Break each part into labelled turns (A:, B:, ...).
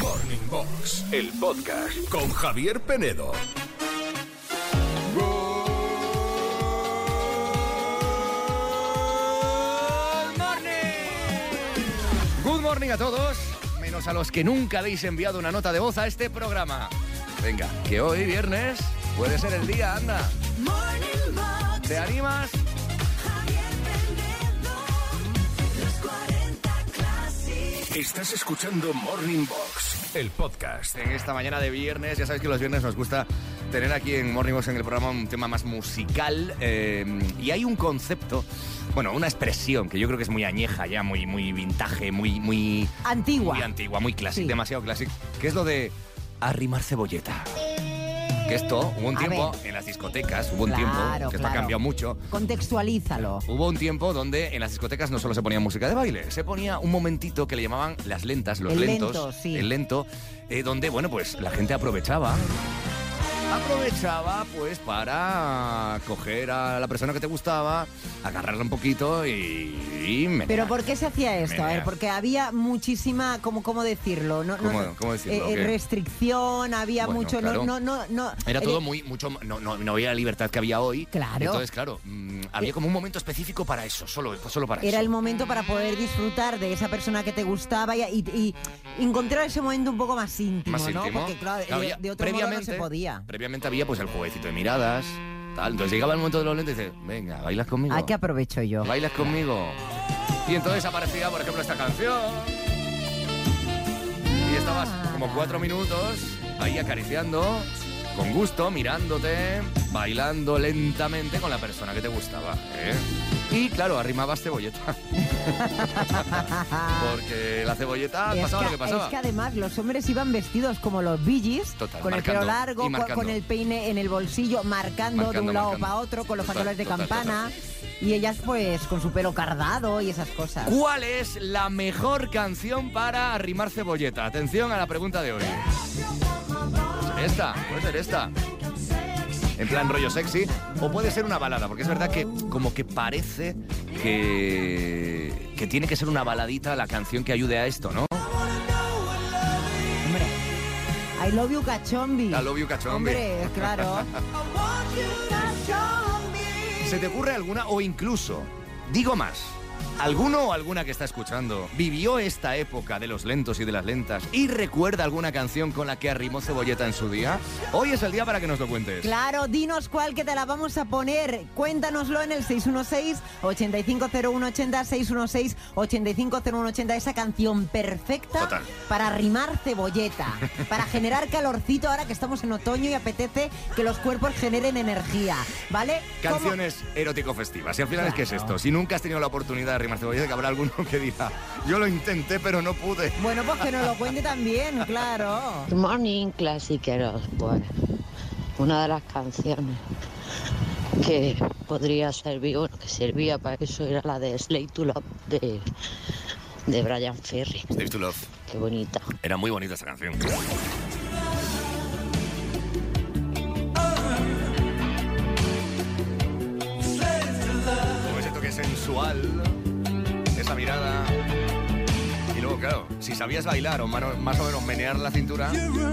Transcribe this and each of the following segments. A: Morning Box, el podcast con Javier Penedo.
B: Good morning a todos, menos a los que nunca habéis enviado una nota de voz a este programa. Venga, que hoy viernes puede ser el día, anda.
C: Morning Box,
B: ¿Te animas?
C: Javier Penedo, los 40 Classic.
A: Estás escuchando Morning Box, el podcast.
B: En esta mañana de viernes, ya sabéis que los viernes nos gusta tener aquí en Morning Box en el programa un tema más musical eh, y hay un concepto, bueno, una expresión que yo creo que es muy añeja ya, muy, muy vintage, muy, muy,
D: Antigua.
B: muy antigua, muy clásica,
D: Sí.
B: demasiado clásica, que es lo de arrimar cebolleta. Que esto hubo un
D: A
B: tiempo
D: ver.
B: en las discotecas, hubo un
D: Claro,
B: tiempo, que esto ha
D: claro.
B: cambiado mucho,
D: Contextualízalo.
B: Hubo un tiempo donde en las discotecas no solo se ponía música de baile, se ponía un momentito que le llamaban las lentas, los
D: El
B: lentos,
D: lento, sí.
B: el lento, eh, donde, bueno, pues la gente aprovechaba. Aprovechaba, pues, para coger a la persona que te gustaba, agarrarla un poquito y... y menear.
D: Pero ¿por qué se hacía esto? A
B: Menear.
D: ver, porque había muchísima, ¿cómo, cómo decirlo? No, no-
B: ¿Cómo- cómo decirlo?
D: eh, eh,
B: ¿Qué?
D: restricción, había
B: Bueno,
D: mucho... no-
B: claro.
D: No, no, no,
B: Era
D: eh,
B: todo muy, mucho, no, no, no había la libertad que había hoy.
D: Claro. Eh.
B: Entonces, claro, mm, había como un momento específico para eso, solo, solo para eso.
D: Era el momento para poder disfrutar de esa persona que te gustaba y, y- y encontrar ese momento un poco más íntimo,
B: más
D: ¿no?
B: íntimo.
D: Porque claro, eh,
B: Claro,
D: de,
B: ya
D: de otro modo no se podía.
B: Previamente había pues el jueguecito de miradas, tal. Entonces llegaba el momento de los lentes y dices, venga, bailas conmigo.
D: ¿A qué aprovecho yo?
B: Bailas conmigo. Y entonces aparecía, por ejemplo, esta canción. Y estabas como cuatro minutos ahí acariciando, con gusto, mirándote, bailando lentamente con la persona que te gustaba. ¿eh? Y claro, arrimabas cebolleta. Porque la cebolleta
D: Es
B: pasaba
D: que,
B: lo que pasaba.
D: es que además los hombres iban vestidos como los billis,
B: Total,
D: con
B: marcando,
D: el pelo largo,
B: y
D: co-
B: marcando.
D: con el peine en el bolsillo, marcando, de
B: Marcando,
D: un lado
B: marcando.
D: para otro, con los
B: Total,
D: pantalones de
B: total,
D: campana. Y ellas pues con su pelo cardado y esas cosas.
B: ¿Cuál es la mejor canción para arrimar cebolleta? Atención a la pregunta de hoy. Esta, puede ser esta. En plan rollo sexy. O puede ser una balada, porque es verdad que como que parece que, que tiene que ser una baladita la canción que ayude a esto, ¿no?
D: Hombre. I love you cachombi.
B: I love you, cachombi.
D: Hombre, claro.
B: ¿Se te ocurre alguna o incluso, digo más, alguno o alguna que está escuchando vivió esta época de los lentos y de las lentas y recuerda alguna canción con la que arrimó cebolleta en su día? Hoy es el día para que nos lo cuentes.
D: Claro, dinos cuál que te la vamos a poner. Cuéntanoslo en el 616-850180, 616-850180, esa canción perfecta
B: Total.
D: para rimar cebolleta, para generar calorcito ahora que estamos en otoño y apetece que los cuerpos generen energía, ¿vale? ¿Cómo?
B: Canciones erótico-festivas. Y al final, ¿qué es
D: Claro.
B: esto? Si nunca has tenido la oportunidad de arrimar cebolleta, que habrá alguno que dirá, yo lo intenté, pero no pude.
D: Bueno, pues que nos lo cuente también, claro.
E: Good morning, clasiqueros. Bueno, una de las canciones que podría servir, bueno, que servía para eso era la de Slay to Love de, de Brian Ferry.
B: Slave to Love.
E: Qué bonita.
B: Era muy bonita esa canción. Como ese toque sensual, esa mirada. Y luego, claro, si sabías bailar o mano- más o menos menear la cintura. Mira, mira,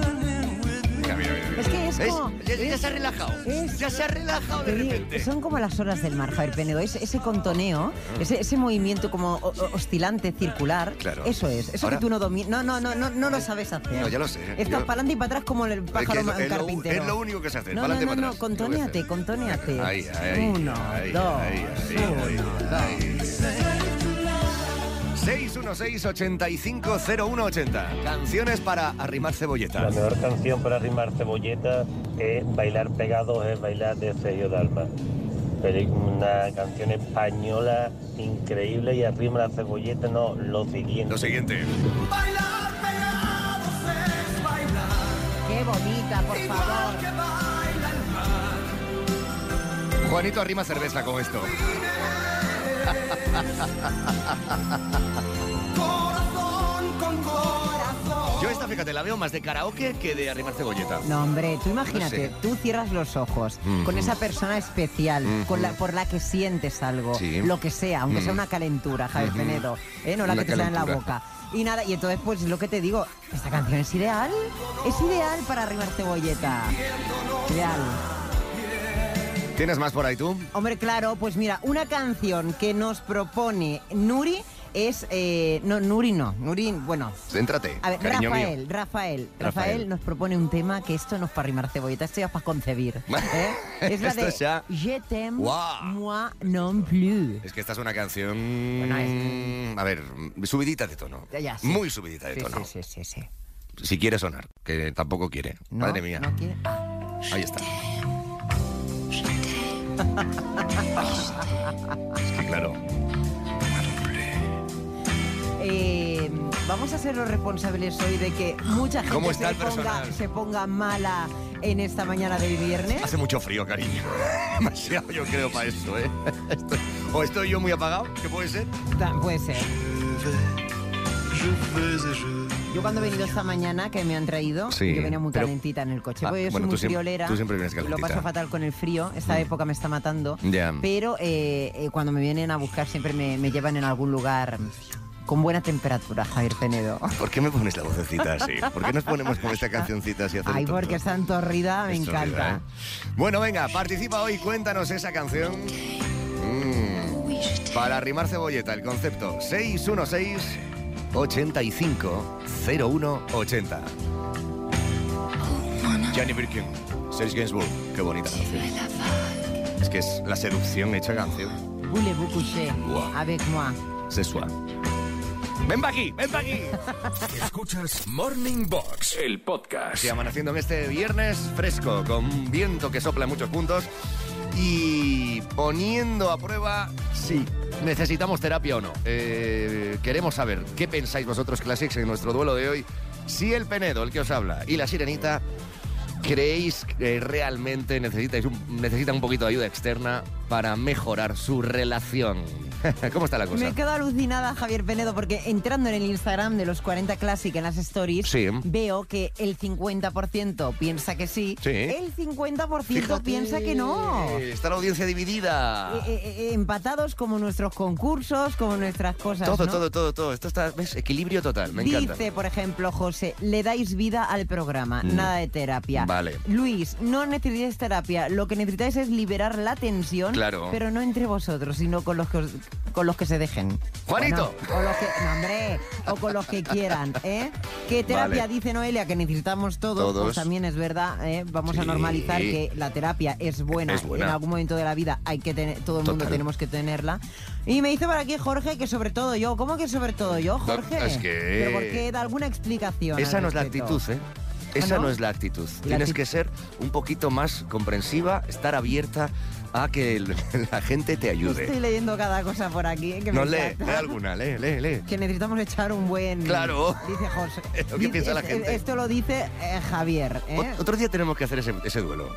B: mira, mira.
D: Es que es
B: ¿Ves?
D: como-
B: Ya, ya se ha relajado.
D: es-
B: ya se ha relajado de
D: Te digo,
B: repente.
D: Son como las horas del mar, Javier Penedo. Ese, ese contoneo,
B: Ah.
D: ese, ese movimiento como o- o- oscilante, circular.
B: Claro.
D: Eso es. Eso
B: Ahora-
D: que tú no dominas. No, no, no, no, no lo sabes hacer.
B: No, ya lo sé.
D: Estás
B: Yo-
D: para adelante y para atrás como el
B: Es, que
D: pájaro
B: es lo-
D: ma-
B: es lo,
D: carpintero.
B: es lo único que se hace.
D: No,
B: pa'lante,
D: no, no,
B: para
D: no,
B: atrás.
D: contóneate, contóneate.
B: Ay, ay,
D: Uno,
B: ay,
D: dos,
B: ay, ay, ay,
D: uno,
B: ay. 616-850180. Canciones para arrimar
F: La
B: cebolleta.
F: mejor canción para rimar cebolleta es Bailar Pegados, es Bailar de Sergio Dalma. Peli- Una canción española increíble y arrima la cebolleta, no, lo siguiente.
B: Lo siguiente.
D: Qué bonita, por favor.
B: Juanito arrima cerveza con esto. Yo esta boda, fíjate, la veo más de karaoke que de arrimar cebolleta.
D: No, hombre, tú imagínate,
B: No
D: tú cierras los ojos con
B: Ujú.
D: esa persona especial con la, por la que sientes algo,
B: Sí.
D: lo que sea, aunque sea una calentura, Javier Penedo, ¿eh? no la
B: Una
D: que te sale en la
B: calentura.
D: boca. Y nada, y entonces pues lo que te digo, esta canción es ideal, es ideal para arrimar cebolleta. Ideal.
B: ¿Tienes más por ahí tú?
D: Hombre, claro, pues mira, una canción que nos propone Nuri es... eh, no, Nuri no, Nuri, bueno,
B: Céntrate,
D: a ver,
B: cariño
D: Rafael,
B: mío.
D: Rafael, Rafael,
B: Rafael.
D: nos propone un tema que esto no es para rimar cebolleta, esto ya es para concebir. ¿eh? Es la
B: Esto
D: de
B: ya-
D: Je t'aime,
B: Guau.
D: moi non plus.
B: Es que esta es una canción...
D: Bueno,
B: A ver, subidita de tono.
D: Ya, ya, sí.
B: Muy subidita de
D: Sí,
B: tono.
D: sí, sí, sí, sí.
B: Si quiere sonar, que tampoco quiere.
D: No,
B: Madre mía.
D: no quiere- ah,
B: Ahí está. Es que claro.
D: eh, vamos a ser los responsables hoy de que mucha gente
B: ¿Cómo
D: se,
B: está el
D: ponga,
B: personal?
D: se ponga mala en esta mañana del viernes.
B: Hace mucho frío, cariño. Demasiado yo creo para eso, ¿eh? Estoy- o estoy yo muy apagado, que puede ser.
D: Ta- Puede ser. Yo cuando he venido esta mañana, que me han traído,
B: Sí,
D: yo venía muy
B: pero-
D: calentita en el coche.
B: Ah,
D: porque yo
B: bueno,
D: soy
B: tú
D: muy
B: siem-
D: friolera.
B: tú siempre vienes
D: y Lo
B: calentita. Mm.
D: paso fatal con el frío. Esta época me está matando.
B: Ya.
D: Pero eh, eh, cuando me vienen a buscar siempre me, me llevan en algún lugar con buena temperatura, Javier Penedo.
B: ¿Por qué me pones la vocecita así? ¿Por qué nos ponemos con esta cancioncita así? a hacer
D: Ay,
B: el tonto?
D: porque es tan torrida, me
B: Esto es
D: encanta.
B: verdad, ¿eh? Bueno, venga, participa hoy, cuéntanos esa canción. Mm, Para arrimar cebolleta, el concepto 616 85 01 80. Gianni Birkin, Serge Gainsbourg, qué bonita canción. Es que es la seducción hecha canción.
D: Voulez-vous coucher
B: Buah.
D: avec moi?
B: Sexual. Ven pa' aquí, ven pa' aquí.
A: Escuchas Morning Box, el podcast.
B: Sí, amaneciendo en este viernes fresco, con viento que sopla en muchos puntos y poniendo a prueba si necesitamos terapia o no. Eh, queremos saber qué pensáis vosotros, Classics, en nuestro duelo de hoy. Si el Penedo, el que os habla, y la Sirenita, creéis que realmente necesitáis un, necesitan un poquito de ayuda externa para mejorar su relación. ¿Cómo está la cosa?
D: Me quedo alucinada, Javier Penedo, porque entrando en el Instagram de los 40 Classic en las stories,
B: Sí.
D: veo que el 50% piensa que sí,
B: Sí.
D: el 50%
B: Fíjate,
D: piensa que no.
B: Está la audiencia dividida.
D: Eh, eh, eh, empatados como nuestros concursos, como nuestras cosas.
B: Todo,
D: ¿no?
B: todo, todo, todo. Esto está, ¿ves? Equilibrio total, me
D: Dice,
B: encanta. Mm.
D: por ejemplo, José, le dais vida al programa, nada de terapia.
B: Vale.
D: Luis, no necesitáis terapia, lo que necesitáis es liberar la tensión,
B: Claro.
D: pero no entre vosotros, sino con los que, os- con los que se dejen.
B: Juanito.
D: O, no, o los que, no, hombre, o con los que quieran, ¿eh? Que terapia,
B: Vale.
D: dice Noelia, que necesitamos todos,
B: Todos.
D: pues también es verdad, ¿eh? vamos a
B: Sí.
D: normalizar que la terapia es buena.
B: Es buena.
D: En algún momento de la vida hay que tener, todo el mundo
B: Total.
D: tenemos que tenerla. Y me dice por aquí Jorge que sobre todo yo, ¿cómo que sobre todo yo,
B: No,
D: Jorge.
B: es que-
D: ¿Pero por qué da alguna explicación?
B: Esa
D: al
B: no es la
D: respecto? ¿Ah,
B: actitud, ¿eh? Esa
D: ¿no?
B: no? es la actitud.
D: La
B: Tienes
D: acti-
B: que ser un poquito más comprensiva, estar abierta a que el- la gente te
D: Estoy
B: ayude.
D: leyendo cada cosa por aquí. eh, Que me
B: No lee,
D: encanta.
B: lee alguna, lee, lee, lee.
D: Que necesitamos echar un buen.
B: Claro.
D: Dice José.
B: Es lo que
D: Dice-
B: piensa la
D: es-
B: gente.
D: Esto lo dice eh, Javier. ¿eh?
B: Ot- Otro día tenemos que hacer ese, ese duelo.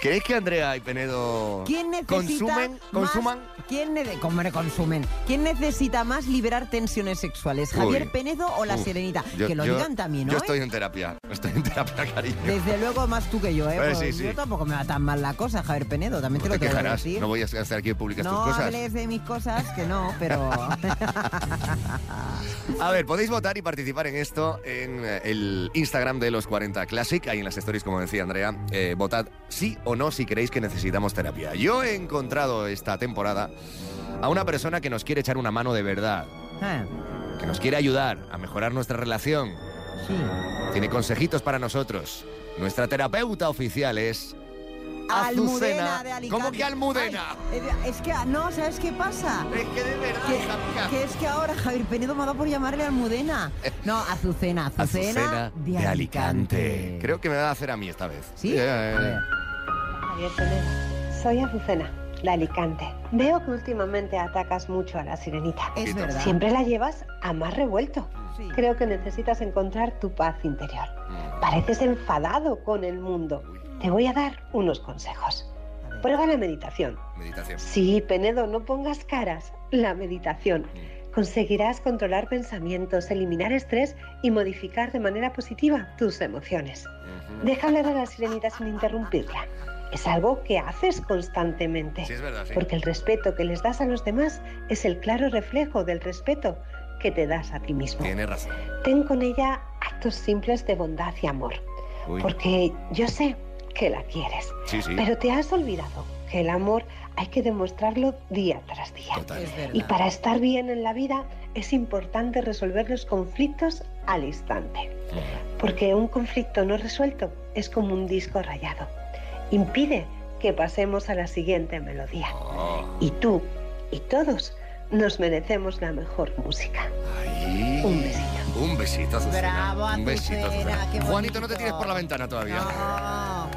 B: ¿Creéis que Andrea y Penedo
D: ¿Quién necesita
B: consumen,
D: más-
B: consuman?
D: ¿Quién ne- cómo me consumen? ¿Quién necesita más liberar tensiones sexuales? ¿Javier
B: Uy.
D: Penedo o la
B: Uf,
D: Serenita?
B: yo-
D: que lo
B: yo-
D: digan también, ¿no?
B: Yo
D: ¿eh?
B: estoy en terapia. Estoy en terapia, cariño.
D: Desde luego más tú que yo, ¿eh?
B: Eh,
D: Pues
B: sí, sí.
D: Yo tampoco me va tan mal la cosa, Javier Penedo, también
B: no
D: te
B: te
D: lo tengo que
B: quejarás.
D: decir.
B: No voy a estar aquí y publicas
D: No
B: tus cosas.
D: hables de mis cosas, que no, pero...
B: A ver, podéis votar y participar en esto en eh, el Instagram de los 40 Classic. Ahí en las stories, como decía Andrea, eh, votad sí o no si creéis que necesitamos terapia. Yo he encontrado esta temporada a una persona que nos quiere echar una mano de verdad,
D: Ah,
B: que nos quiere ayudar a mejorar nuestra relación.
D: sí.
B: Tiene consejitos para nosotros. Nuestra terapeuta oficial es.
D: Almudena de Alicante.
B: ¿Cómo que Almudena? Eh,
D: Ay, eh, es que, no, ¿sabes qué pasa?
B: Es que de verdad,
D: Que,
B: hija mía.
D: que es que ahora Javier Penedo me ha dado por llamarle Almudena. No, Azucena, Azucena,
B: Eh. Azucena de Alicante. Creo que me va a hacer a mí esta vez.
D: ¿Sí?
B: Eh,
D: A ver.
G: Javier Penedo. Soy Azucena, la Alicante. Veo que últimamente atacas mucho a la sirenita.
D: Es verdad.
G: Siempre la llevas a más revuelto.
D: Sí. Mm.
G: Creo que necesitas encontrar tu paz interior. Pareces enfadado con el mundo. Te voy a dar unos consejos.
D: A ver.
G: Prueba la meditación.
B: Meditación.
G: Sí, Penedo, no pongas caras. La meditación. Conseguirás controlar pensamientos, eliminar estrés y modificar de manera positiva tus emociones. Deja hablar a la sirenita sin interrumpirla. Es algo que haces constantemente.
B: Sí, es verdad, sí.
G: Porque el respeto que les das a los demás es el claro reflejo del respeto que te das a ti mismo.
B: Tienes razón.
G: Ten con ella actos simples de bondad y amor.
B: Uy.
G: Porque yo sé que la quieres.
B: Sí, sí.
G: Pero te has olvidado que el amor hay que demostrarlo día tras día.
B: Total.
D: Es
G: Y
D: verdad.
G: para estar bien en la vida es importante resolver los conflictos al instante. Porque un conflicto no resuelto es como un disco rayado. Impide que pasemos a la siguiente melodía.
B: Oh,
G: Y tú y todos nos merecemos la mejor música.
B: ahí.
G: Un besito.
B: Un besito, Azucena.
D: Bravo,
B: Un besito,
D: Azucena,
B: Azucena.
D: qué
B: Juanito, no te
D: bonito.
B: tires por la ventana todavía.
D: No.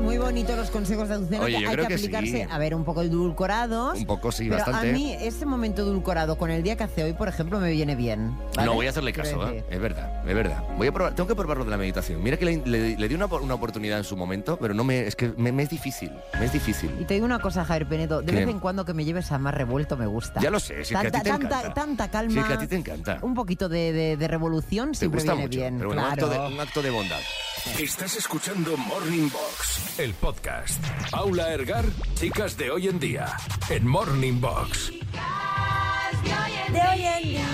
D: Muy bonitos los consejos de Azucena.
B: Oye,
D: que
B: yo
D: hay
B: creo
D: que
B: que sí.
D: aplicarse, a ver, un poco edulcorados.
B: Un poco, sí,
D: pero
B: bastante.
D: a mí ese momento edulcorado con el día que hace hoy, por ejemplo, me viene bien. ¿vale?
B: No voy a hacerle
D: Quiero
B: caso, ¿eh?
D: decir,
B: es verdad, es verdad. Voy a probar, tengo que probarlo de la meditación. Mira que le, le- le di una, una oportunidad en su momento, pero no me, es que me, me es difícil, me es
D: Y
B: difícil.
D: te digo una cosa, Javier Penedo. De
B: ¿Qué?
D: vez en cuando que me lleves a más revuelto me gusta.
B: Ya lo sé, si es que a
D: tanta,
B: ti te
D: tanta,
B: encanta.
D: tanta
B: Si
D: calma.
B: es que a ti te encanta.
D: Un poquito de, de- de revolución
B: Te
D: siempre
B: gusta
D: viene
B: mucho.
D: bien.
B: pero bueno, un,
D: claro.
B: acto de, un acto de bondad.
A: Estás escuchando Morning Box, el podcast. Paula Ergar, chicas de hoy en día, en Morning Box.
D: de hoy en día.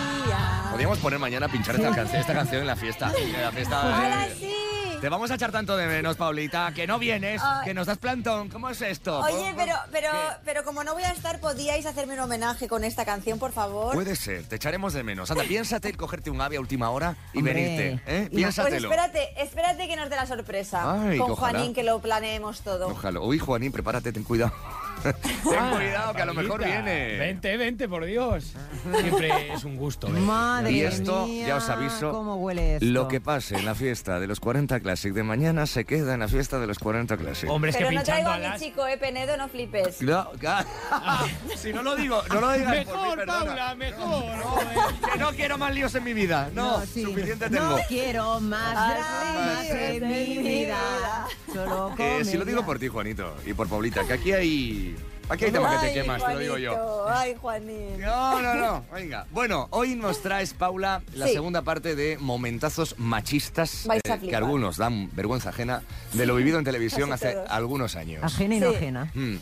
B: Podríamos poner mañana a pinchar esta, canción, esta canción en la fiesta. En la fiesta de-
H: sí!
B: Te vamos a echar tanto de menos, Paulita, que no vienes, que nos das plantón. ¿Cómo es esto?
H: Oye, pero, pero,
B: ¿Qué?
H: pero como no voy a estar, ¿podíais hacerme un homenaje con esta canción, por favor?
B: Puede ser, te echaremos de menos. Anda, piénsate el cogerte un ave a última hora y
D: Hombre.
B: venirte. ¿eh?
D: Y-
H: Pues
B: Piénsatelo.
H: espérate, espérate que nos dé la sorpresa.
B: Ay,
H: con
B: ojalá.
H: Juanín, que lo planeemos todo.
B: Ojalá. Uy, Juanín, prepárate, ten cuidado. ten cuidado, que a lo mejor
I: Pablita,
B: viene.
I: Vente, vente, por Dios. Siempre es un gusto. verte.
D: Madre
B: eh, Y esto,
D: mía,
B: ya os aviso,
D: ¿Cómo huele esto?
B: Lo que pase en la fiesta de los 40 Classic de mañana se queda en la fiesta de los 40 Classic.
I: Hombre, es
H: pero
I: que
H: no
I: pinchando
H: traigo
I: a
H: a mi
I: las...
H: chico, eh, Penedo, no flipes.
B: No, ca- si no lo digo, no lo digas por mí,
I: Mejor,
B: perdona.
I: Paula, mejor.
B: No, eh, que no quiero más líos en mi vida. No,
D: sí.
B: suficiente tengo.
D: No quiero más
H: Así
D: dramas
H: es
D: en mi
H: mi
D: vida.
H: vida.
D: Solo
B: Eh, si lo digo
D: comedia.
B: por ti, Juanito, y por Paulita, que aquí hay... Aquí hay tema que te
H: Ay,
B: quemas, te lo digo yo.
H: Juanito, Ay, Juanín.
B: No, no, no. Venga. Bueno, hoy nos traes, Paula, la
H: Sí.
B: segunda parte de momentazos machistas eh,
H: Vais a
B: que
H: flipar.
B: algunos dan vergüenza ajena de lo vivido en televisión
H: casi
B: hace
H: todos.
B: algunos años.
D: Ajena y no
H: Sí.
D: ajena.
B: Mm.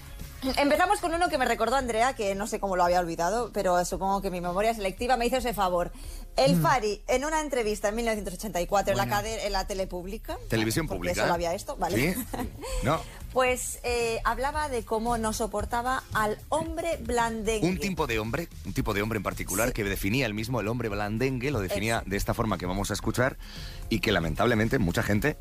H: Empezamos con uno que me recordó Andrea, que no sé cómo lo había olvidado, pero supongo que mi memoria selectiva me hizo ese favor.
B: Mm.
H: El Fari, en una entrevista en 1984 en, la cade- en la tele pública.
B: Televisión
H: porque
B: pública. ¿eh?
H: Solo había esto, ¿vale?
B: ¿Sí? No.
H: Pues eh, hablaba de cómo no soportaba al hombre blandengue.
B: Un tipo de hombre, un tipo de hombre en particular que definía el mismo el hombre blandengue, lo definía de esta forma que vamos a escuchar y que lamentablemente mucha gente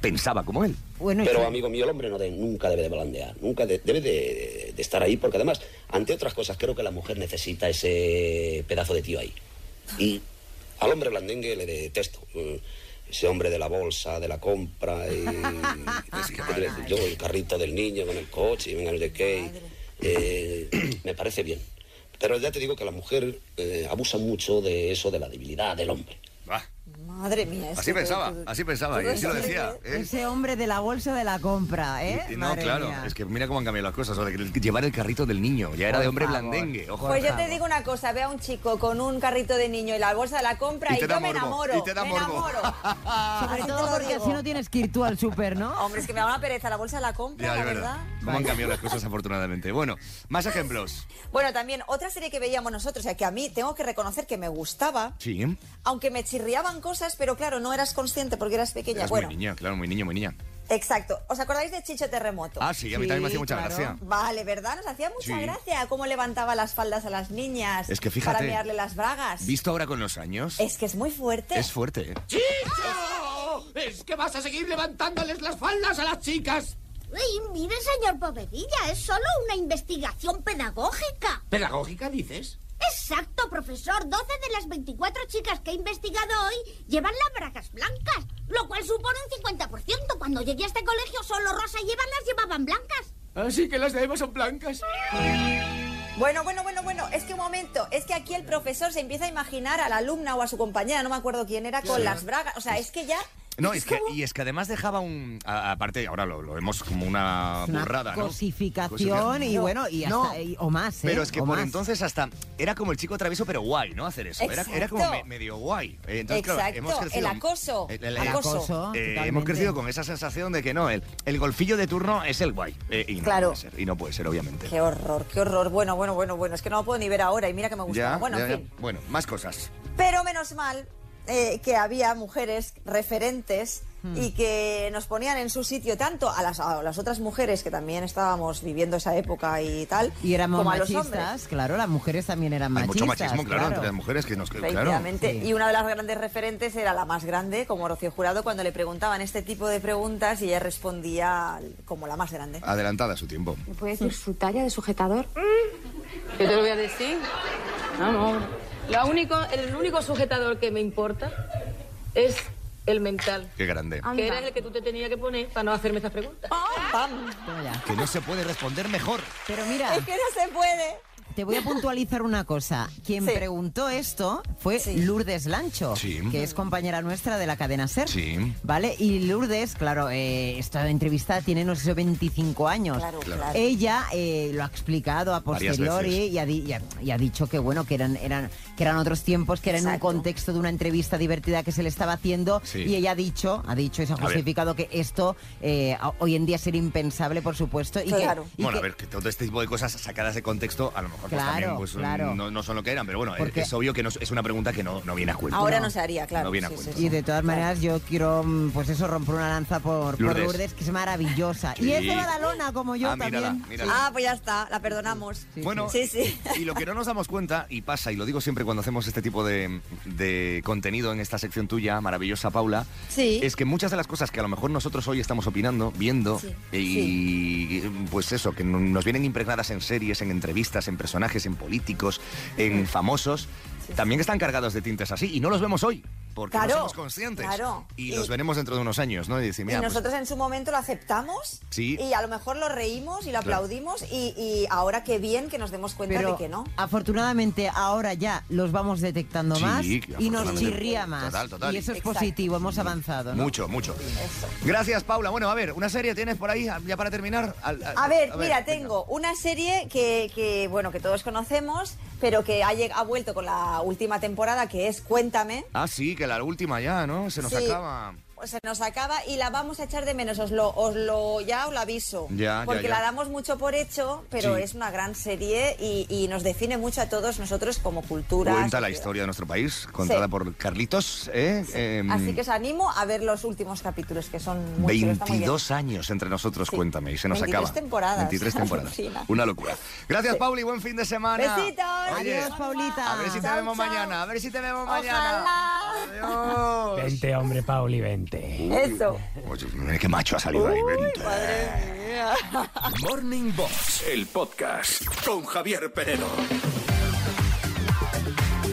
B: pensaba como él.
D: Bueno, y
J: Pero
D: fue-
J: amigo mío, el hombre no de- nunca debe de balandear, nunca de- debe de, de estar ahí, porque además, ante otras cosas, creo que la mujer necesita ese pedazo de tío ahí. Y al hombre blandengue le detesto. eh, Ese hombre de la bolsa, de la compra, y,
B: Es que
J: que tiene-
B: madre.
J: yo con el carrito del niño, con el coche, y venga, no sé qué. y, eh, me parece bien. Pero ya te digo que la mujer eh, abusa mucho de eso, de la debilidad del hombre.
B: Bah,
H: Madre mía. es
B: así
H: que-
B: pensaba, así pensaba y así lo decía. ¿eh?
D: Ese hombre de la bolsa de la compra, ¿eh?
B: Y- y no,
D: Madre
B: claro,
D: mía.
B: es que mira cómo han cambiado las cosas. o de que llevar el carrito del niño, ya era
D: Por
B: de hombre
D: favor.
B: blandengue. Ojo,
H: Pues yo te
D: Vamos.
H: digo una cosa, ve a un chico con un carrito de niño y la bolsa de la compra
B: Y
H: y,
B: te
H: yo
B: da
H: me
B: morbo,
H: enamoro.
B: y te da
H: me
B: morbo.
H: enamoro.
D: Sobre
H: Así te
D: todo
H: lo
D: porque
H: digo.
D: así no tienes que ir tú al súper, ¿no?
H: Hombre, es que me da una pereza la bolsa de la compra,
B: ya,
H: la
B: es verdad.
H: verdad.
B: Cómo han cambiado las cosas, afortunadamente. Bueno, más ejemplos.
H: Bueno, también otra serie que veíamos nosotros, o sea, que a mí tengo que reconocer que me gustaba,
B: Sí.
H: aunque me chirriaban cosas, pero claro, no eras consciente porque eras pequeña.
B: Eras
H: bueno,
B: muy niña, claro, muy niña, muy niña.
H: exacto. ¿Os acordáis de Chicho Terremoto?
B: Ah, sí, a mí
D: Sí,
B: también me hacía mucha
D: claro.
B: gracia.
H: Vale, ¿verdad? Nos hacía mucha
B: Sí.
H: gracia cómo levantaba las faldas a las niñas
B: Es que fíjate.
H: para mearle las bragas.
B: Visto ahora con los años,
H: Es que es muy fuerte.
B: es fuerte. ¿eh?
I: Es que vas a seguir levantándoles las faldas a las chicas.
K: mire, señor Bobedilla, es solo una investigación pedagógica.
I: ¿Pedagógica dices?
K: Exacto, profesor. 12 de las 24 chicas que he investigado hoy llevan las bragas blancas, lo cual supone un 50%. Cuando llegué a este colegio, solo Rosa y Eva las llevaban blancas.
I: Así Ah, que las de Eva son blancas.
H: Bueno, bueno, bueno, bueno, es que un momento, es que aquí el profesor se empieza a imaginar a la alumna o a su compañera, no me acuerdo quién era, con las bragas, o sea, es que ya
B: No, es que, y es que además dejaba un. a- Aparte, ahora lo, lo vemos como una
D: Una
B: burrada, ¿no?
D: cosificación y
H: ¿eh?
B: No,
D: bueno, y hasta-
B: no.
D: y- o más, ¿eh?
B: Pero es que
D: O
B: por
D: más.
B: entonces hasta era como el chico travieso, pero guay, ¿no? Hacer eso. Era, era como me-
H: Exacto.
B: medio guay. Eh, Entonces, claro,
H: Exacto,
B: hemos crecido-
H: el acoso.
B: El,
H: El acoso,
B: eh, hemos
H: totalmente.
B: crecido con esa sensación de que no, el, el golfillo de turno es el guay. eh, y no
H: Claro.
B: puede ser, y no puede ser, obviamente.
H: Qué horror, qué horror. Bueno, bueno, bueno, bueno. Es que no lo puedo ni ver ahora y mira que me gusta.
B: Ya,
H: Bueno,
B: ya,
H: en
B: ya.
H: fin.
B: Bueno, más cosas.
H: Pero menos mal eh, que había mujeres referentes y que nos ponían en su sitio tanto a las, a las otras mujeres que también estábamos viviendo esa época y tal,
D: Y éramos
H: como a los hombres.
D: machistas, claro, las mujeres también eran
B: Hay mucho
D: machistas.
B: machismo, claro, entre las mujeres que nos. Claro.
H: Efectivamente. Y una de las grandes referentes era la más grande, como Rocío Jurado, cuando le preguntaban este tipo de preguntas y ella respondía como la más grande.
B: Adelantada a su tiempo.
L: ¿Me puede decir su talla de sujetador? Yo te lo voy a decir. Vamos. Lo único, el único sujetador que me importa es el mental.
B: Qué grande.
H: Ah.
L: Que era el que tú te tenías que poner para no hacerme estas preguntas.
B: Que no se puede responder mejor.
D: Pero mira,
H: Es que no se puede.
D: te voy a puntualizar una cosa. Quien
H: Sí.
D: preguntó esto fue Lourdes Lancho,
B: Sí.
D: que es compañera nuestra de la cadena SER.
B: Sí.
D: ¿Vale? Y Lourdes, claro, eh, esta entrevista tiene, no sé, 25 años.
H: Claro, Claro. claro.
D: Ella eh, lo ha explicado a
B: Varias
D: posteriori
B: veces.
D: y ha, di- y ha- y ha dicho que, bueno, que eran, eran, que eran otros tiempos, que era en un
H: Exacto.
D: contexto de una entrevista divertida que se le estaba haciendo.
B: Sí.
D: Y ella ha dicho, ha dicho y se ha
B: A ver.
D: justificado que esto eh, a- hoy en día sería impensable, por supuesto. Y que-
H: Claro.
D: y
B: bueno,
D: que-
B: a ver, que todo este tipo de cosas sacadas de contexto, a lo mejor pues,
D: Claro,
B: también pues,
D: claro.
B: no, no son lo que eran, pero bueno,
D: Porque-
B: es obvio que no, es una pregunta que no, no viene a cuento.
H: Ahora no se haría, claro.
B: No viene a
H: Sí,
B: cuento.
H: sí,
D: Y de todas maneras yo quiero, mm, pues eso, romper una lanza por por Lourdes,
B: Lourdes.
D: que es maravillosa.
B: Sí.
D: Y es de Badalona, como yo
B: Ah, mírala,
D: también.
B: mírala.
H: Ah, pues ya está, la perdonamos.
B: Bueno,
H: sí, sí.
B: y lo que no nos damos cuenta, y pasa, y lo digo siempre cuando hacemos este tipo de, de contenido en esta sección tuya, maravillosa Paula,
H: Sí.
B: es que muchas de las cosas que a lo mejor nosotros hoy estamos opinando, viendo,
H: Sí.
B: y pues eso, que no- nos vienen impregnadas en series, en entrevistas, en personajes, en políticos, en famosos, también están cargados de tintes así, y no los vemos hoy, porque no
H: Claro,
B: somos conscientes.
H: claro.
B: Y,
H: Y-
B: los veremos dentro de unos años, ¿no? Y decir, mira,
H: y
B: pues,
H: nosotros en su momento lo aceptamos
B: Sí.
H: y a lo mejor lo reímos y lo
B: Claro.
H: aplaudimos y, y ahora qué bien que nos demos cuenta
D: Pero
H: de que no.
D: afortunadamente ahora ya los vamos detectando
B: Sí,
D: más y nos
B: afortunadamente.
D: chirría más.
B: Total, total. Mm.
D: Y eso es
H: Exacto.
D: positivo, hemos avanzado. ¿no?
B: Mucho, mucho. Gracias, Paula. Bueno, a ver, una serie tienes por ahí, ya para terminar. Al- al-
H: A ver, mira,
B: venga.
H: tengo una serie que, que, bueno, que todos conocemos, pero que ha, lleg- ha vuelto con la última temporada, que es Cuéntame.
B: Ah, sí, que la última ya, ¿no? Se nos
H: Sí. Pues
B: acaba.
H: Se nos acaba y la vamos a echar de menos, os lo, os lo ya os lo aviso.
B: Ya, ya,
H: porque
B: ya.
H: la damos mucho por hecho, pero
B: Sí.
H: es una gran serie y, y nos define mucho a todos nosotros como cultura.
B: Cuenta la
H: sociedad.
B: historia de nuestro país, contada
H: Sí.
B: por Carlitos. ¿eh? Em,
H: Así que os animo a ver los últimos capítulos, que son muy chulos, está muy bien.
B: 22 años entre nosotros,
H: Sí.
B: cuéntame, y se nos
H: 23
B: acaba.
H: temporadas.
B: 23 temporadas.
H: Alucina.
B: Una locura. Gracias, Pauli, buen fin de semana.
H: Besitos.
B: Oye,
D: Adiós, Paulita.
B: A ver si te
H: Chao,
B: vemos
H: chao.
B: mañana, a ver si te vemos
H: Ojalá.
B: mañana. Adiós.
I: Vente, hombre, Pauli, vente.
H: Eso.
B: Oye, mira qué macho ha salido ahí, vente.
A: Morning Box, el podcast con Javier Peredo.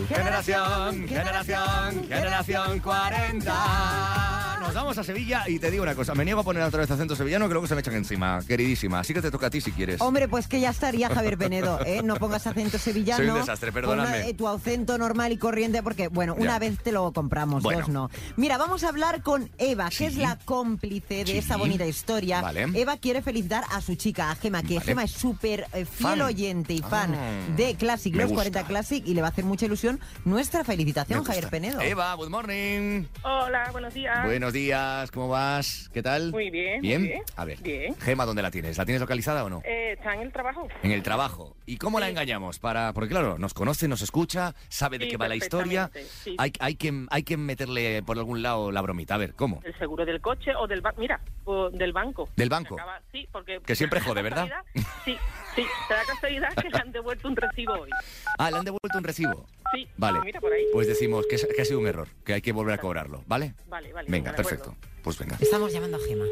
B: Generación, generación, generación 40. Nos vamos a Sevilla y te digo una cosa, me niego a poner otra vez acento sevillano que luego se me echan encima, queridísima. Así que te toca a ti si quieres.
D: Hombre, pues que ya estaría Javier Penedo, ¿eh? No pongas acento sevillano.
B: Soy un desastre, perdóname.
D: Pon, eh, tu acento normal y corriente, porque, bueno, una
B: Ya.
D: vez te lo compramos,
B: Bueno.
D: dos no. Mira, vamos a hablar con Eva, que es la cómplice de
B: Sí.
D: esta bonita historia.
B: Vale.
D: Eva quiere felicitar a su chica, a Gema, que
B: Vale.
D: Gema es súper eh,
B: Fan.
D: fiel oyente y fan
B: Ah.
D: de Classic,
B: Me
D: los
B: gusta.
D: 40 Classic, y le va a hacer mucha ilusión nuestra
B: Me
D: felicitación,
B: gusta.
D: Javier Penedo.
B: Eva, good morning.
L: Hola, buenos días.
B: Buenos días, ¿cómo vas? ¿Qué tal?
L: Muy bien, muy
B: ¿Bien?
L: bien.
B: A ver,
L: Bien.
B: Gema, ¿dónde la tienes? ¿La tienes localizada o no?
L: Eh, ¿Está en el trabajo?
B: En el trabajo. ¿Y cómo la engañamos? Para, porque claro, nos conoce, nos escucha, sabe de
L: Sí,
B: qué va la historia.
L: perfectamente, sí.
B: Hay, hay que, hay que meterle por algún lado la bromita. A ver, ¿cómo?
L: ¿El seguro del coche o del banco? Mira, o del banco.
B: Del banco.
L: Se acaba- sí, porque...
B: Que siempre
L: se da
B: jode, ¿verdad?
L: casualidad- Sí, sí. Se da casualidad que le han devuelto un recibo hoy.
B: Ah, le han devuelto un recibo.
L: Sí,
B: Vale.
L: Ah, mira por ahí.
B: Pues decimos que, es- que ha sido un error, que hay que volver a cobrarlo, ¿vale?
L: Vale, vale,
B: Venga,
L: de acuerdo.
B: perfecto. Pues venga.
D: Estamos llamando a Gema.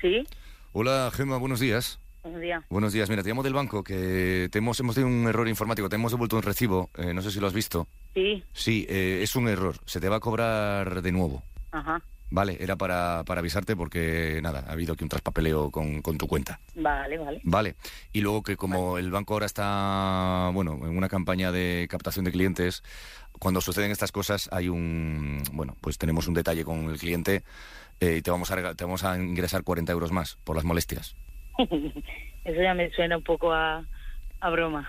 L: Sí,
B: Hola, Gema, buenos días.
L: buenos días.
B: Buenos días, mira, te llamo del banco, que te hemos, hemos tenido un error informático, te hemos devuelto un recibo, eh, no sé si lo has visto.
L: Sí,
B: Sí, eh, es un error, se te va a cobrar de nuevo.
L: ajá.
B: Vale, era para, para avisarte porque, nada, ha habido aquí un traspapeleo con, con tu cuenta.
L: Vale, vale.
B: Vale, y luego que como el banco ahora está, bueno, en una campaña de captación de clientes, cuando suceden estas cosas hay un... Bueno, pues tenemos un detalle con el cliente eh, y te vamos, a, rega- te vamos a ingresar 40 euros más por las molestias.
M: Eso ya me suena un poco a, a broma.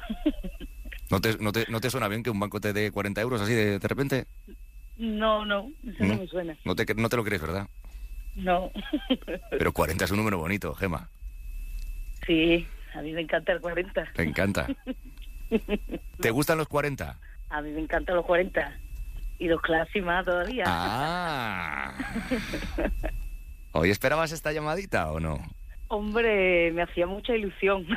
B: ¿No te, no, te, ¿No te suena bien que un banco te dé 40 euros así de, de repente?
M: No, no, eso no,
B: No.
M: me suena.
B: No te, cre- no te lo crees, ¿verdad?
M: No.
B: Pero 40 es un número bonito, Gema.
M: sí, a mí me encanta el 40.
B: Te encanta. ¿Te gustan los 40?
M: A mí me encantan los 40. Y los clásicos más todavía.
B: Ah. ¿Hoy esperabas esta llamadita o no?
M: Hombre, me hacía mucha ilusión,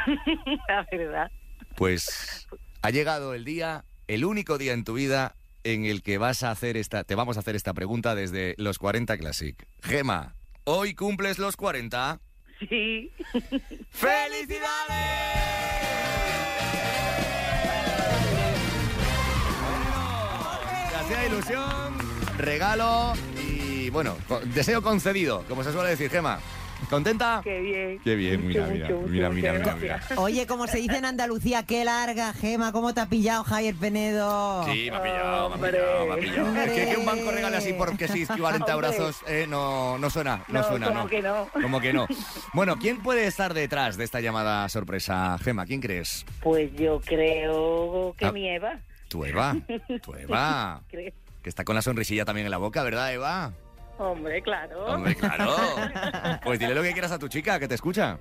M: la verdad.
B: Pues ha llegado el día, el único día en tu vida en el que vas a hacer esta, te vamos a hacer esta pregunta desde los 40 Classic. Gema, hoy cumples los 40.
M: Sí.
B: ¡Felicidades! Te hacía ilusión, regalo y bueno, co- deseo concedido, como se suele decir, Gema. ¿Contenta?
M: Qué bien.
B: Qué bien, mira, mira, mira, mira, mira,
M: ¿eh?
B: mira.
D: Oye, como se dice en Andalucía, qué larga, Gema, cómo te ha pillado Javier Penedo.
B: Sí, me ha pillado, me ha pillado, me ha pillado. Es que, que un banco regale así porque sí, 40
M: Hombre.
B: abrazos, eh, no, no suena, no,
M: No,
B: suena,
M: como
B: no.
M: que no.
B: Como que no. Bueno, ¿quién puede estar detrás de esta llamada sorpresa, Gema? ¿Quién crees?
M: Pues yo creo que
B: Ah.
M: mi Eva.
B: Tu Eva, tu Eva,
M: Creo-
B: que está con la sonrisilla también en la boca, ¿verdad, Eva?
M: Hombre, claro.
B: Hombre, claro. Pues dile lo que quieras a tu chica, que te escucha.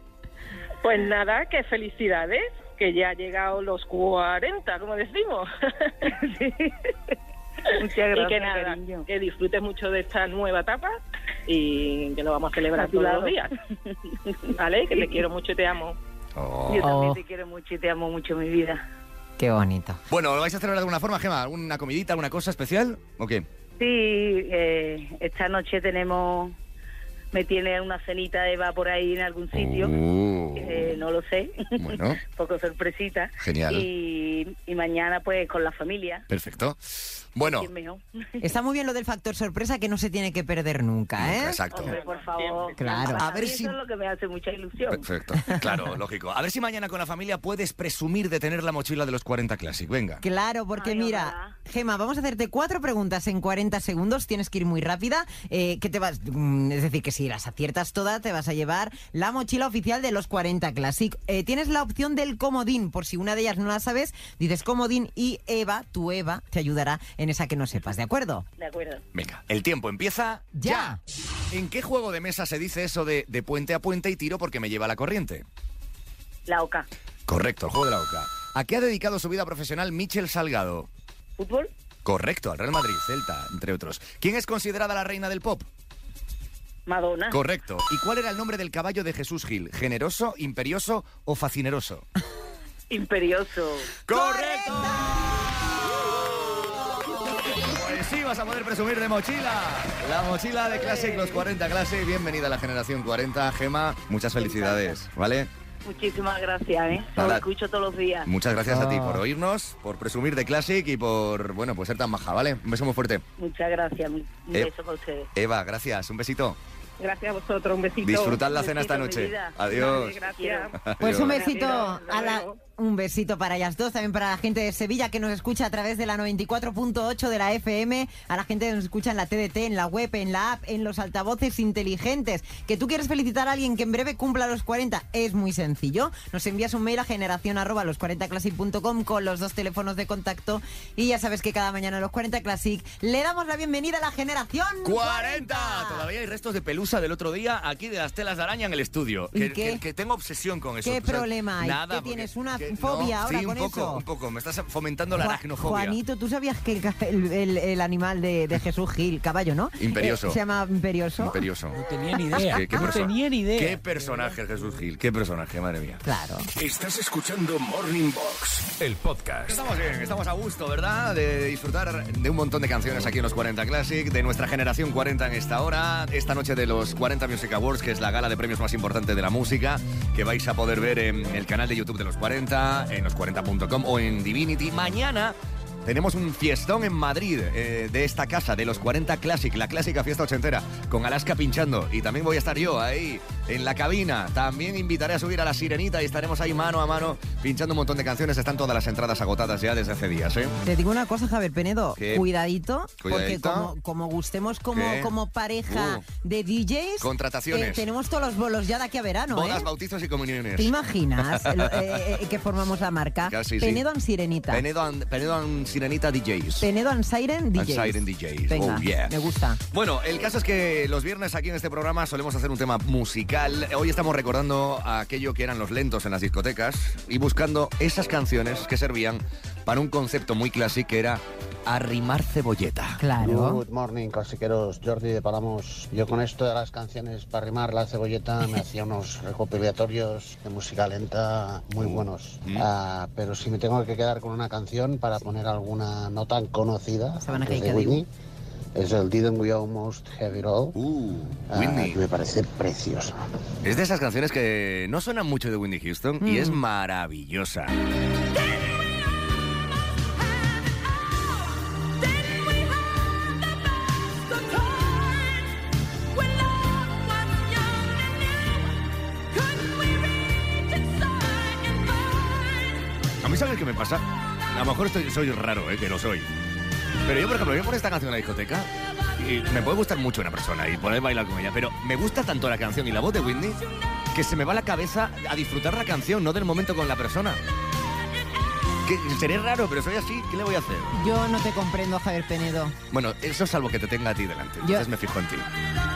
N: Pues nada, que felicidades, que ya ha llegado los 40, como decimos.
M: Muchas gracias,
N: y que nada,
M: cariño.
N: que disfrutes mucho de esta nueva etapa y que lo vamos a
M: A
N: celebrar
M: tu
N: todos
M: lado.
N: los días. ¿Vale? Que te quiero mucho y te amo.
M: Yo también
B: Oh.
M: te quiero mucho y te amo mucho, mi vida.
D: Qué bonito.
B: Bueno, ¿lo vais a celebrar de alguna forma, Gema? ¿Alguna comidita, alguna cosa especial? ¿O qué?
M: Sí, eh, esta noche tenemos... Me tiene una cenita Eva por ahí en algún sitio.
B: Mm.
M: Eh, no lo sé.
B: Oh, Bueno.
M: Poco sorpresita.
B: Genial.
M: Y, y mañana pues con la familia.
B: Perfecto. Bueno,
M: ¿Quién mejor?
D: Está muy bien lo del factor sorpresa que no se tiene que perder nunca, ¿eh?
B: Mm, exacto.
M: Hombre, por favor.
D: Claro.
M: Para
D: A ver
M: mí
D: si-
M: Eso es lo que me hace mucha ilusión.
B: Perfecto, claro, lógico. A ver si mañana con la familia puedes presumir de tener la mochila de los 40 Classic. Venga.
D: Claro, porque mira, Gema, vamos a hacerte cuatro preguntas en 40 segundos, tienes que ir muy rápida, eh, que te vas, mm, es decir, que si las aciertas todas te vas a llevar la mochila oficial de los 40 Classic. Eh, tienes la opción del comodín, por si una de ellas no la sabes, dices comodín y Eva, tu Eva, te ayudará en esa que no sepas, ¿de acuerdo?
M: De acuerdo.
B: Venga, el tiempo empieza ya. ¿En qué juego de mesa se dice eso de, de puente a puente y tiro porque me lleva la corriente?
M: La OCA.
B: Correcto, el juego de la OCA. ¿A qué ha dedicado su vida profesional Michel Salgado?
M: ¿Fútbol?
B: Correcto, al Real Madrid, Celta, entre otros. ¿Quién es considerada la reina del pop?
M: Madonna.
B: Correcto. ¿Y cuál era el nombre del caballo de Jesús Gil? ¿Generoso, imperioso o facineroso?
M: Imperioso.
B: ¡Correcto! Pues sí, vas a poder presumir de mochila. La mochila de Classic, los 40 Classic. Bienvenida a la generación 40, Gema. Muchas felicidades, ¿vale?
M: Muchísimas gracias, ¿eh? Lo
B: Nada.
M: escucho todos los días.
B: Muchas gracias
D: Ah.
B: a ti por oírnos, por presumir de Classic y por, bueno, por ser tan maja, ¿vale? Un beso muy fuerte.
M: Muchas gracias. Un un
B: Eh.
M: beso para ustedes.
B: Eva, gracias. Un besito.
N: Gracias a vosotros, un besito.
B: Disfrutad la cena esta noche. Adiós.
N: Vale, gracias.
D: Pues un
B: Adiós.
D: besito a la- un besito para ellas dos, también para la gente de Sevilla que nos escucha a través de la 94.8 de la FM, a la gente que nos escucha en la TDT, en la web, en la app, en los altavoces inteligentes. Que tú quieres felicitar a alguien que en breve cumpla los 40, es muy sencillo. Nos envías un mail a generación arroba los 40 classic.com con los dos teléfonos de contacto y ya sabes que cada mañana en los 40 Classic le damos la bienvenida a la generación
B: 40. Todavía hay restos de pelusa del otro día aquí de las telas de araña en el estudio.
D: ¿Y
B: Que,
D: qué?
B: que- que tengo obsesión con eso.
D: ¿Qué
B: O sea,
D: problema hay?
B: Nada.
D: ¿Qué
B: porque-
D: tienes? ¿Una
B: que- no,
D: fobia ahora
B: sí, un
D: con
B: poco,
D: eso?
B: un poco. Me estás fomentando la
D: Ju-
B: aracnofobia.
D: Juanito, ¿tú sabías que el, ca- el, el- el animal de, de Jesús Gil, caballo, no?
B: Imperioso.
D: Eh, se llama Imperioso.
B: Imperioso. No
D: tenía ni idea. No tenía
B: ni idea. Qué personaje, Jesús Gil. Qué personaje, madre mía.
D: Claro.
A: Estás escuchando Morning Box, el podcast.
B: Estamos bien, estamos a gusto, ¿verdad? De disfrutar de un montón de canciones aquí en los 40 Classic, de nuestra generación 40 en esta hora, esta noche de los 40 Music Awards, que es la gala de premios más importante de la música, que vais a poder ver en el canal de YouTube de los 40, en los40.com o en Divinity. Mañana Tenemos un fiestón en Madrid eh, de esta casa, de los 40 Classic, la clásica fiesta ochentera, con Alaska pinchando. Y también voy a estar yo ahí en la cabina. También invitaré a subir a la sirenita y estaremos ahí mano a mano pinchando un montón de canciones. Están todas las entradas agotadas ya desde hace días, ¿eh?
D: Te digo una cosa, Javier Penedo,
B: ¿Qué?
D: cuidadito, porque
B: Cuidadito.
D: como, como gustemos como,
B: ¿Qué?
D: como pareja
B: Uh.
D: de DJs,
B: Contrataciones.
D: eh, tenemos todos los bolos ya de aquí a verano.
B: Bodas,
D: ¿eh?
B: bautizos y comuniones.
D: ¿Te imaginas lo- eh, eh, que formamos la marca?
B: Casi, sí.
D: Penedo and Sirenita.
B: Penedo and, Penedo and Sirenita DJs.
D: Penedo and Siren
B: And
D: DJs.
B: Siren DJs.
D: Venga,
B: Oh, yeah.
D: me gusta.
B: Bueno, el caso es que los viernes aquí en este programa solemos hacer un tema musical. Hoy estamos recordando aquello que eran los lentos en las discotecas y buscando esas canciones que servían para un concepto muy clásico que era arrimar cebolleta.
O: Good morning, clasiqueros. Jordi de Palamos. Yo con esto de las canciones para rimar la cebolleta me hacía unos recopilatorios de música lenta muy
D: Mm.
O: buenos. Ah, pero si me tengo que quedar con una canción para poner alguna no tan conocida,
D: Se van a
O: antes
D: caer
O: de
D: que digo. Uh,
O: Whitney, es el Didn't We Almost Have It All. Ah,
B: Uh, Whitney.
O: que me parece preciosa.
B: Es de esas canciones que no suenan mucho de Whitney Houston y es maravillosa. A mí, ¿sabes qué me pasa? A lo mejor estoy- soy raro, ¿eh? que lo soy. Pero yo, por ejemplo, voy a poner esta canción en la discoteca y me puede gustar mucho una persona y poder bailar con ella, pero me gusta tanto la canción y la voz de Whitney que se me va la cabeza a disfrutar la canción, no del momento con la persona. Que seré raro, pero soy así, ¿qué le voy a hacer?
D: Yo no te comprendo, Javier Penedo.
B: Bueno, eso es algo que te tenga a ti delante, entonces me fijo en ti.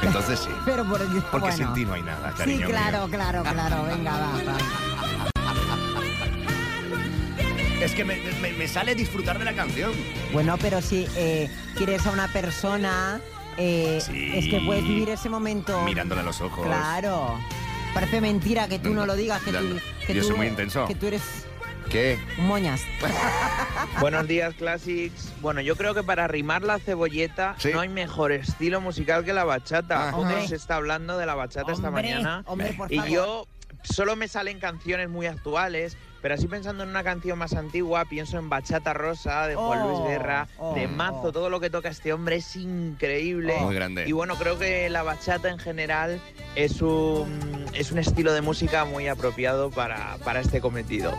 B: Entonces sí.
D: Pero por
B: Porque
D: bueno.
B: sin ti no hay nada,
D: Sí,
B: Ah, cariño. mío.
D: claro, claro, claro. Venga, va, va.
B: Es que me, me- me sale disfrutar de la canción.
D: Bueno, pero si eh, quieres a una persona, eh, es que puedes vivir ese momento.
B: Mirándola a los ojos.
D: Oh. Claro. Parece mentira que tú no,
B: No,
D: lo digas, que
B: no,
D: tú...
B: no.
D: que
B: Yo
D: tú-
B: soy muy intenso.
D: Que tú eres
B: ¿Qué?
D: un moñas.
P: Buenos días, Classics. Bueno, yo creo que para rimar la cebolleta no hay mejor estilo musical que la bachata.
D: Ah.
P: Todo
D: Hombre.
P: se está hablando de la bachata esta
D: Hombre,
P: mañana.
D: hombre, por
P: y
D: favor.
P: yo solo me salen canciones muy actuales, pero así pensando en una canción más antigua, pienso en Bachata Rosa de Juan
D: Oh,
P: Luis Guerra,
D: oh,
P: de Mazo. Todo lo que toca este hombre es increíble.
B: Muy grande.
P: Y bueno, creo que la bachata en general es un, es un estilo de música muy apropiado para, para este cometido.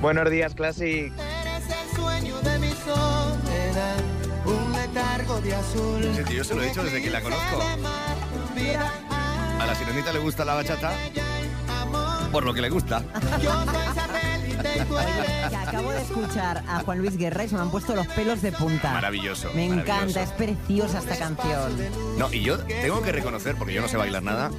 P: Buenos días, Classics.
Q: sueño de mi soledad, un letargo de azul.
B: Sí, tío, yo se lo he dicho desde que la conozco. A la sirenita le gusta la bachata por lo que le gusta.
D: Que acabo de escuchar a Juan Luis Guerra y se me han puesto los pelos de punta.
B: Maravilloso,
D: Me
B: maravilloso.
D: encanta, es preciosa esta canción.
B: No, y yo tengo que reconocer, porque yo no sé bailar nada,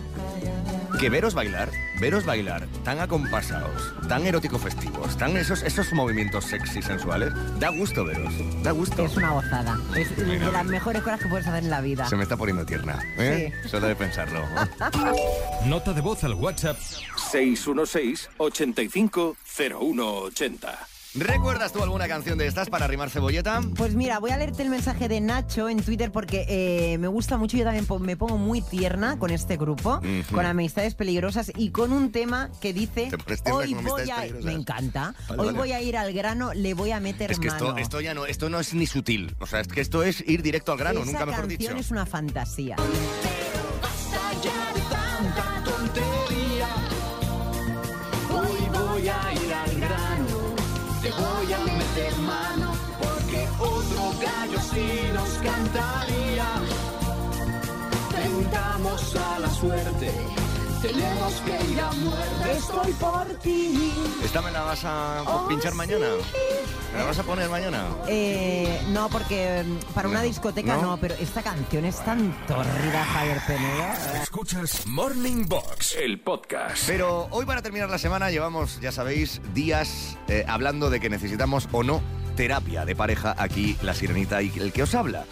B: que veros bailar, veros bailar tan acompasados, tan erótico festivos, tan esos, esos movimientos sexy sensuales, da gusto veros, da gusto.
D: Es una gozada. Es de
B: Mira.
D: las mejores cosas que puedes hacer en la vida.
B: Se me está poniendo tierna, ¿eh? Solo de pensarlo.
A: Nota de voz al WhatsApp 616 850180.
B: ¿Recuerdas tú alguna canción de estas para rimar cebolleta?
D: Pues mira, voy a leerte el mensaje de Nacho en Twitter porque eh, me gusta mucho. Yo también po- me pongo muy tierna con este grupo,
B: Ujú.
D: con amistades peligrosas y con un tema que dice:
B: Te pones tierna
D: Hoy
B: con
D: voy
B: amistades
D: a.
B: peligrosas.
D: Me encanta.
B: Vale,
D: Hoy
B: vale.
D: voy a ir al grano, le voy a meter
B: Es que
D: mano.
B: esto, esto ya no, esto no es ni sutil. O sea, es que esto es ir directo al grano,
D: Esa
B: nunca mejor
D: canción
B: dicho.
D: es una fantasía.
Q: Hoy voy a ir al grano, te voy a meter mano, porque otro gallo sí nos cantaría. Tentamos a la suerte, tenemos que ir a muerte. Estoy por ti.
B: ¿Esta me la vas a
D: Oh,
B: pinchar mañana? ¿Me la vas a poner mañana?
D: Eh, no, porque mm, para una
B: No,
D: discoteca
B: no.
D: no. pero esta canción es tan torrida, Javier Penedo.
A: Escuchas Morning Box, el podcast.
B: Pero hoy para terminar la semana llevamos, ya sabéis, días eh, hablando de que necesitamos o no terapia de pareja aquí, la sirenita y el que os habla.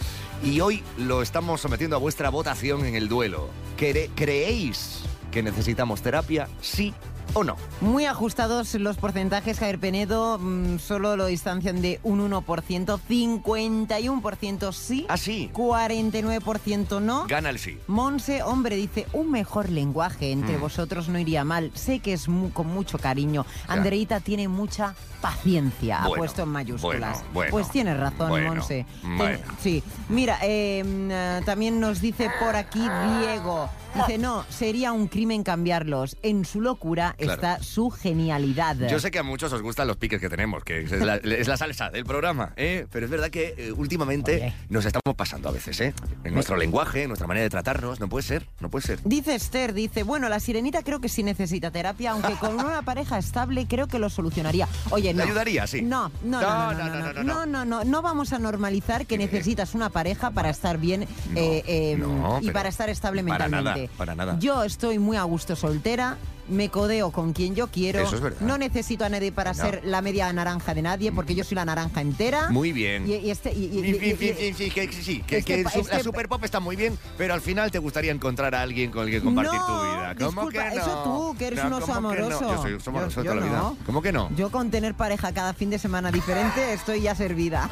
B: Y hoy lo estamos sometiendo a vuestra votación en el duelo. ¿Quere- ¿Creéis que necesitamos terapia? Sí. ¿O no?
D: Muy ajustados los porcentajes, Javier Penedo, mm, solo lo distancian de un 1%, 51% sí,
B: así
D: 49% no.
B: Gana el sí.
D: Monse, hombre, dice, un mejor lenguaje entre
B: Mm.
D: vosotros no iría mal. Sé que es mu- con mucho cariño. Andreita tiene mucha paciencia, ha
B: Bueno,
D: puesto en mayúsculas.
B: bueno, bueno,
D: pues tienes razón,
B: bueno,
D: Monse. Ten-
B: bueno.
D: Sí. Mira, eh, mm, eh, también nos dice por aquí Diego. Dice, no, sería un crimen cambiarlos. En su locura
B: Claro.
D: está su genialidad.
B: Yo sé que a muchos os gustan los piques que tenemos, que es la, es la salsa del programa, ¿eh? pero es verdad que eh, últimamente nos estamos pasando a veces, ¿eh? en nuestro lenguaje, en nuestra manera de tratarnos, no puede ser, no puede ser.
D: Dice Esther, dice, bueno, la sirenita creo que sí necesita terapia, aunque con una pareja estable creo que lo solucionaría. Oye,
B: ¿Te
D: no.
B: ayudaría, sí?
D: No, no, no, no, no, no, no, no, no, no, no vamos a normalizar que necesitas una pareja para estar bien eh, eh,
B: no,
D: y
B: pero
D: para estar estable
B: para nada,
D: mentalmente.
B: para nada.
D: Yo estoy muy a gusto soltera. Me codeo con quien yo quiero.
B: Eso es verdad.
D: No necesito a nadie para
B: No. Mm.
D: ser la media naranja de nadie, porque yo soy la naranja entera.
B: Muy bien.
D: Y, y este, y- y-
B: Sí,
D: y-
B: sí,
D: y-
B: sí, sí, sí, que, sí, sí, que-
D: este
B: que
D: pa-
B: su- la
D: este-
B: super pop está muy bien, pero al final te gustaría encontrar a alguien con el que compartir
D: No,
B: tu vida. ¿Cómo
D: disculpa,
B: que no?
D: eso tú, que eres un oso
B: ¿cómo que no?
D: amoroso.
B: Yo soy un oso
D: Yo-
B: amoroso de
D: yo
B: toda la
D: no.
B: vida. ¿Cómo que no?
D: Yo con tener pareja cada fin de semana diferente estoy ya servida.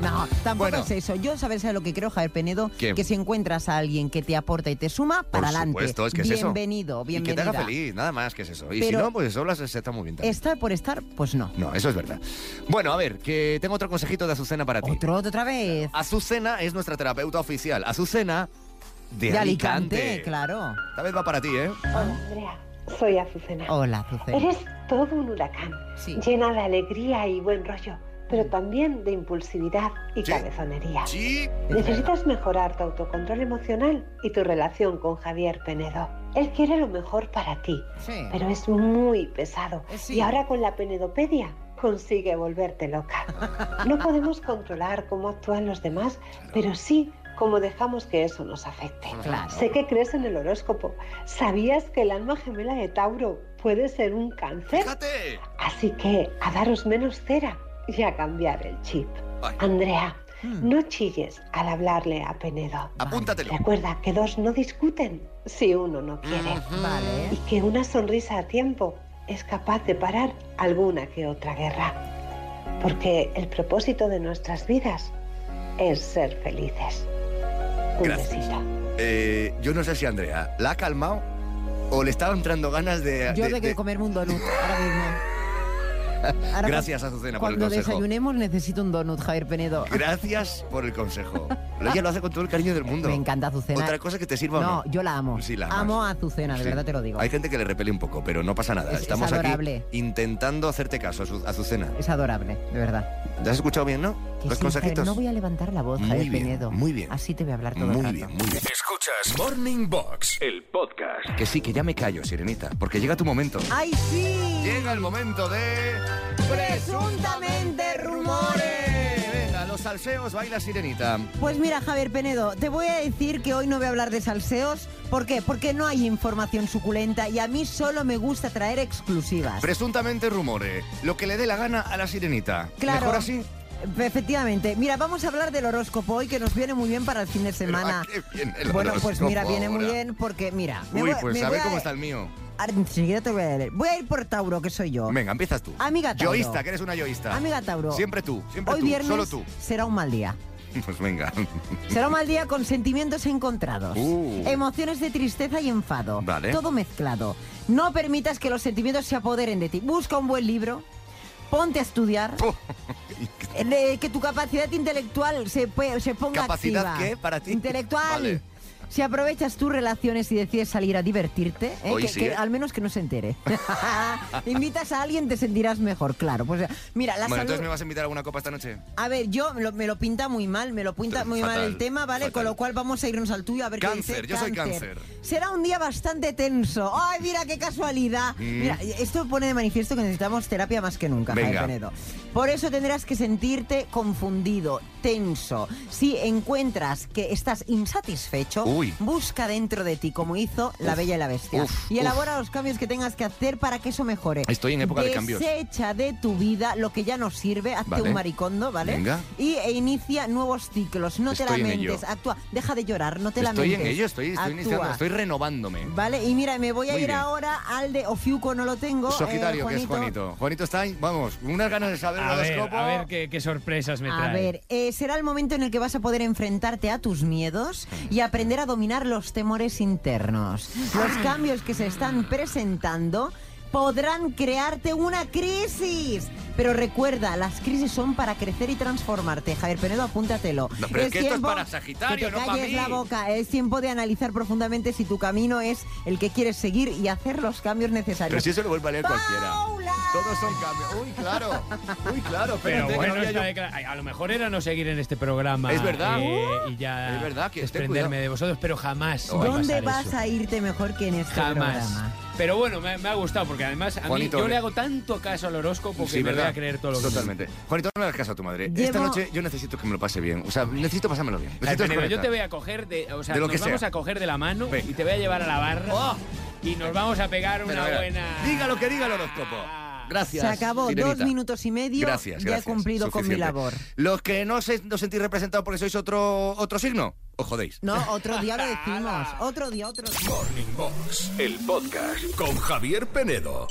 D: No, tampoco
B: Bueno.
D: es eso. Yo sabes a lo que creo, Javier Penedo,
B: ¿Qué?
D: que si encuentras a alguien que te aporta y te suma, para adelante.
B: supuesto, es que es eso.
D: bienvenido,
B: Y que te
D: bienvenido,
B: haga feliz, nada más que es eso. Y si
D: Pero-
B: no, pues eso las- está muy bien también.
D: Estar por estar, pues no.
B: No, eso es verdad. Bueno, a ver, que tengo otro consejito de Azucena para ti.
D: ¿Otro, otra vez?
B: Azucena es nuestra terapeuta oficial. Azucena de,
D: claro.
B: Esta vez va para ti, ¿eh?
G: Hola, Andrea. Soy Azucena.
D: Hola, Azucena.
G: Eres todo un huracán, llena de alegría y buen rollo, pero también de impulsividad y cabezonería.
D: ¿Eh?
G: Necesitas mejorar tu autocontrol emocional y tu relación con Javier Penedo. Él quiere lo mejor para ti, pero es muy pesado.
D: Eh, sí.
G: Y ahora con la penedopedia consigue volverte loca. No podemos controlar cómo actúan los demás, pero sí cómo dejamos que eso nos afecte.
D: Claro.
G: Sé que crees en el horóscopo. ¿Sabías que el alma gemela de Tauro puede ser un cáncer? Así que a daros menos cera y a cambiar el chip. Andrea, no chilles al hablarle a Penedo.
B: Ah, Apúntatelo.
G: Recuerda que dos no discuten si uno no quiere.
D: Ah.
G: Y que una sonrisa a tiempo es capaz de parar alguna que otra guerra. Porque el propósito de nuestras vidas es ser felices.
B: Gracias. Eh, yo no sé si Andrea la ha calmado o le estaba entrando ganas de...
D: Yo
B: de-
D: de que
B: de-
D: comerme un donut ahora mismo. Ahora
B: Gracias,
D: cuando-
B: Azucena, por el
D: Cuando
B: consejo.
D: desayunemos necesito un donut, Javier Penedo.
B: Gracias por el consejo. Ella lo hace con todo el cariño del mundo.
D: Me encanta Azucena.
B: Otra cosa que te sirva o
D: No,
B: no.
D: yo la amo.
B: Sí, la amas.
D: amo a Azucena, de
B: Sí.
D: verdad te lo digo.
B: Hay gente que le repele un poco, pero no pasa nada.
D: Es- es
B: Estamos aquí
D: adorable.
B: intentando hacerte caso, Azu- Azucena.
D: Es adorable, de verdad.
B: ¿Te has escuchado bien, no?
D: Que
B: Los
D: sí, Javier,
B: consejitos.
D: no voy a levantar la voz,
B: Muy
D: Javier
B: bien,
D: Penedo.
B: muy bien.
D: Así te voy a hablar todo el
B: Muy
D: rato.
B: bien, muy bien.
A: Escuchas Morning Box, el podcast.
B: Que sí, que ya me callo, Sirenita, porque llega tu momento.
D: ¡Ay, sí!
B: Llega el momento de...
D: Presuntamente rumores.
B: Venga, los salseos baila Sirenita.
D: Pues mira, Javier Penedo, te voy a decir que hoy no voy a hablar de salseos. ¿Por qué? Porque no hay información suculenta y a mí solo me gusta traer exclusivas.
B: Presuntamente rumores. Lo que le dé la gana a la Sirenita.
D: Claro.
B: Mejor así.
D: Efectivamente. Mira, vamos a hablar del horóscopo hoy que nos viene muy bien para el fin de semana.
B: ¿Qué viene el
D: Bueno, pues
B: horóscopo
D: mira, viene muy
B: ahora?
D: bien porque, mira, me
B: Uy,
D: voy-
B: pues
D: me
B: a
D: voy
B: ver cómo está el mío.
D: Ahora enseguida te voy a leer. Voy a ir por Tauro, que soy yo.
B: Venga, empiezas tú.
D: Amiga Tauro.
B: Yoísta, que eres una yoísta.
D: Amiga Tauro.
B: Siempre tú, siempre
D: Hoy
B: tú,
D: viernes
B: solo tú.
D: será un mal día.
B: Pues venga.
D: Será un mal día con sentimientos encontrados,
B: Uh.
D: emociones de tristeza y enfado,
B: Vale.
D: todo mezclado. No permitas que los sentimientos se apoderen de ti. Busca un buen libro, ponte a estudiar, eh, que tu capacidad intelectual se, pe- se ponga
B: ¿Capacidad
D: activa.
B: qué para ti?
D: Intelectual.
B: Vale.
D: Si aprovechas tus relaciones y decides salir a divertirte, ¿eh?
B: Hoy
D: que,
B: sí,
D: que
B: ¿eh?
D: al menos que no se entere. Invitas a alguien, te sentirás mejor, claro. Pues, mira, la
B: bueno,
D: salud...
B: entonces me vas a invitar a alguna copa esta noche.
D: A ver, yo me lo, me lo pinta muy mal, me lo pinta muy mal
B: fatal,
D: el tema, ¿vale? Con lo cual vamos a irnos al tuyo a ver qué
B: Cáncer,
D: dice.
B: yo soy cáncer.
D: Será un día bastante tenso. ¡Ay, mira qué casualidad!
B: Mm.
D: Mira, esto pone de manifiesto que necesitamos terapia más que nunca, Javier
B: Venga.
D: Penedo. Por eso tendrás que sentirte confundido, tenso. Si encuentras que estás insatisfecho,
B: Uy.
D: busca dentro de ti, como hizo la
B: Uf,
D: Bella y la Bestia.
B: uf,
D: y
B: uf.
D: elabora los cambios que tengas que hacer para que eso mejore.
B: Estoy en época de cambios.
D: Desecha de tu vida lo que ya no sirve, hazte
B: Vale.
D: un maricondo, ¿vale?
B: Venga.
D: Y e inicia nuevos ciclos, no te
B: Estoy en
D: lamentes,
B: ello.
D: actúa, deja de llorar, no te
B: Estoy
D: lamentes.
B: en ello, estoy, estoy
D: actúa.
B: iniciando, estoy renovándome.
D: Vale, y mira, me voy a
B: Muy
D: ir
B: bien.
D: ahora al de Ofiuco, no lo tengo. eh,
B: Sagitario, que es Juanito. Juanito está, ahí, vamos, unas ganas de saber
P: A
B: el
P: ver,
B: horóscopo.
P: a ver qué, qué sorpresas me trae.
D: A ver, eh, será el momento en el que vas a poder enfrentarte a tus miedos y aprender a dominar los temores internos. Los cambios que se están presentando podrán crearte una crisis. Pero recuerda, las crisis son para crecer y transformarte. Javier Penedo, apúntatelo.
B: No, pero es que esto es para
D: que
B: Sagitario,
D: te
B: no para
D: calles
B: mí.
D: la boca. Es tiempo de analizar profundamente si tu camino es el que quieres seguir y hacer los cambios necesarios.
B: Pero si eso lo vuelve a leer cualquiera. Todos son cambios. Uy, claro. Uy, claro.
P: Pero
B: espérate, que
P: bueno,
B: no había
P: esta
B: yo-
P: declara- ay, a lo mejor era no seguir en este programa. eh,
B: Es verdad.
D: Uh.
P: y ya
B: Es verdad que- ten
P: desprenderme
B: cuidado.
P: de vosotros, pero jamás. va a
D: ¿Dónde
P: pasar
D: vas
P: eso.
D: a irte mejor que en este
P: Jamás.
D: programa?
P: Pero bueno, me, me ha gustado porque además a
B: Juanito,
P: mí yo le
B: que-
P: hago tanto caso al horóscopo que
B: Sí,
P: me
B: ¿verdad?
P: voy a creer todo lo que me
B: Totalmente. Juanito, no le hagas caso a tu madre.
P: Llevo-
B: Esta noche yo necesito que me lo pase bien. O sea, necesito pasármelo bien.
P: Ay,
B: Necesito
P: Penedo, yo
B: desconectar.
P: te voy a coger de, o sea,
B: De lo
P: nos
B: que sea. Oh.
P: vamos a coger de la mano y te voy a llevar a la barra y nos vamos a pegar
B: Pero
P: una
B: mira,
P: buena. Ah.
B: Diga lo que diga el horóscopo. Gracias.
D: Se acabó
B: Sirenita.
D: dos minutos y medio.
B: Gracias,
D: ya he
B: gracias.
D: cumplido con mi
B: Suficiente.
D: labor.
B: Los que no se, no sentís representados porque sois otro, otro signo, os jodéis.
D: No, otro día lo decimos. Otro día, otro día.
A: Morning Box, el podcast con Javier Penedo.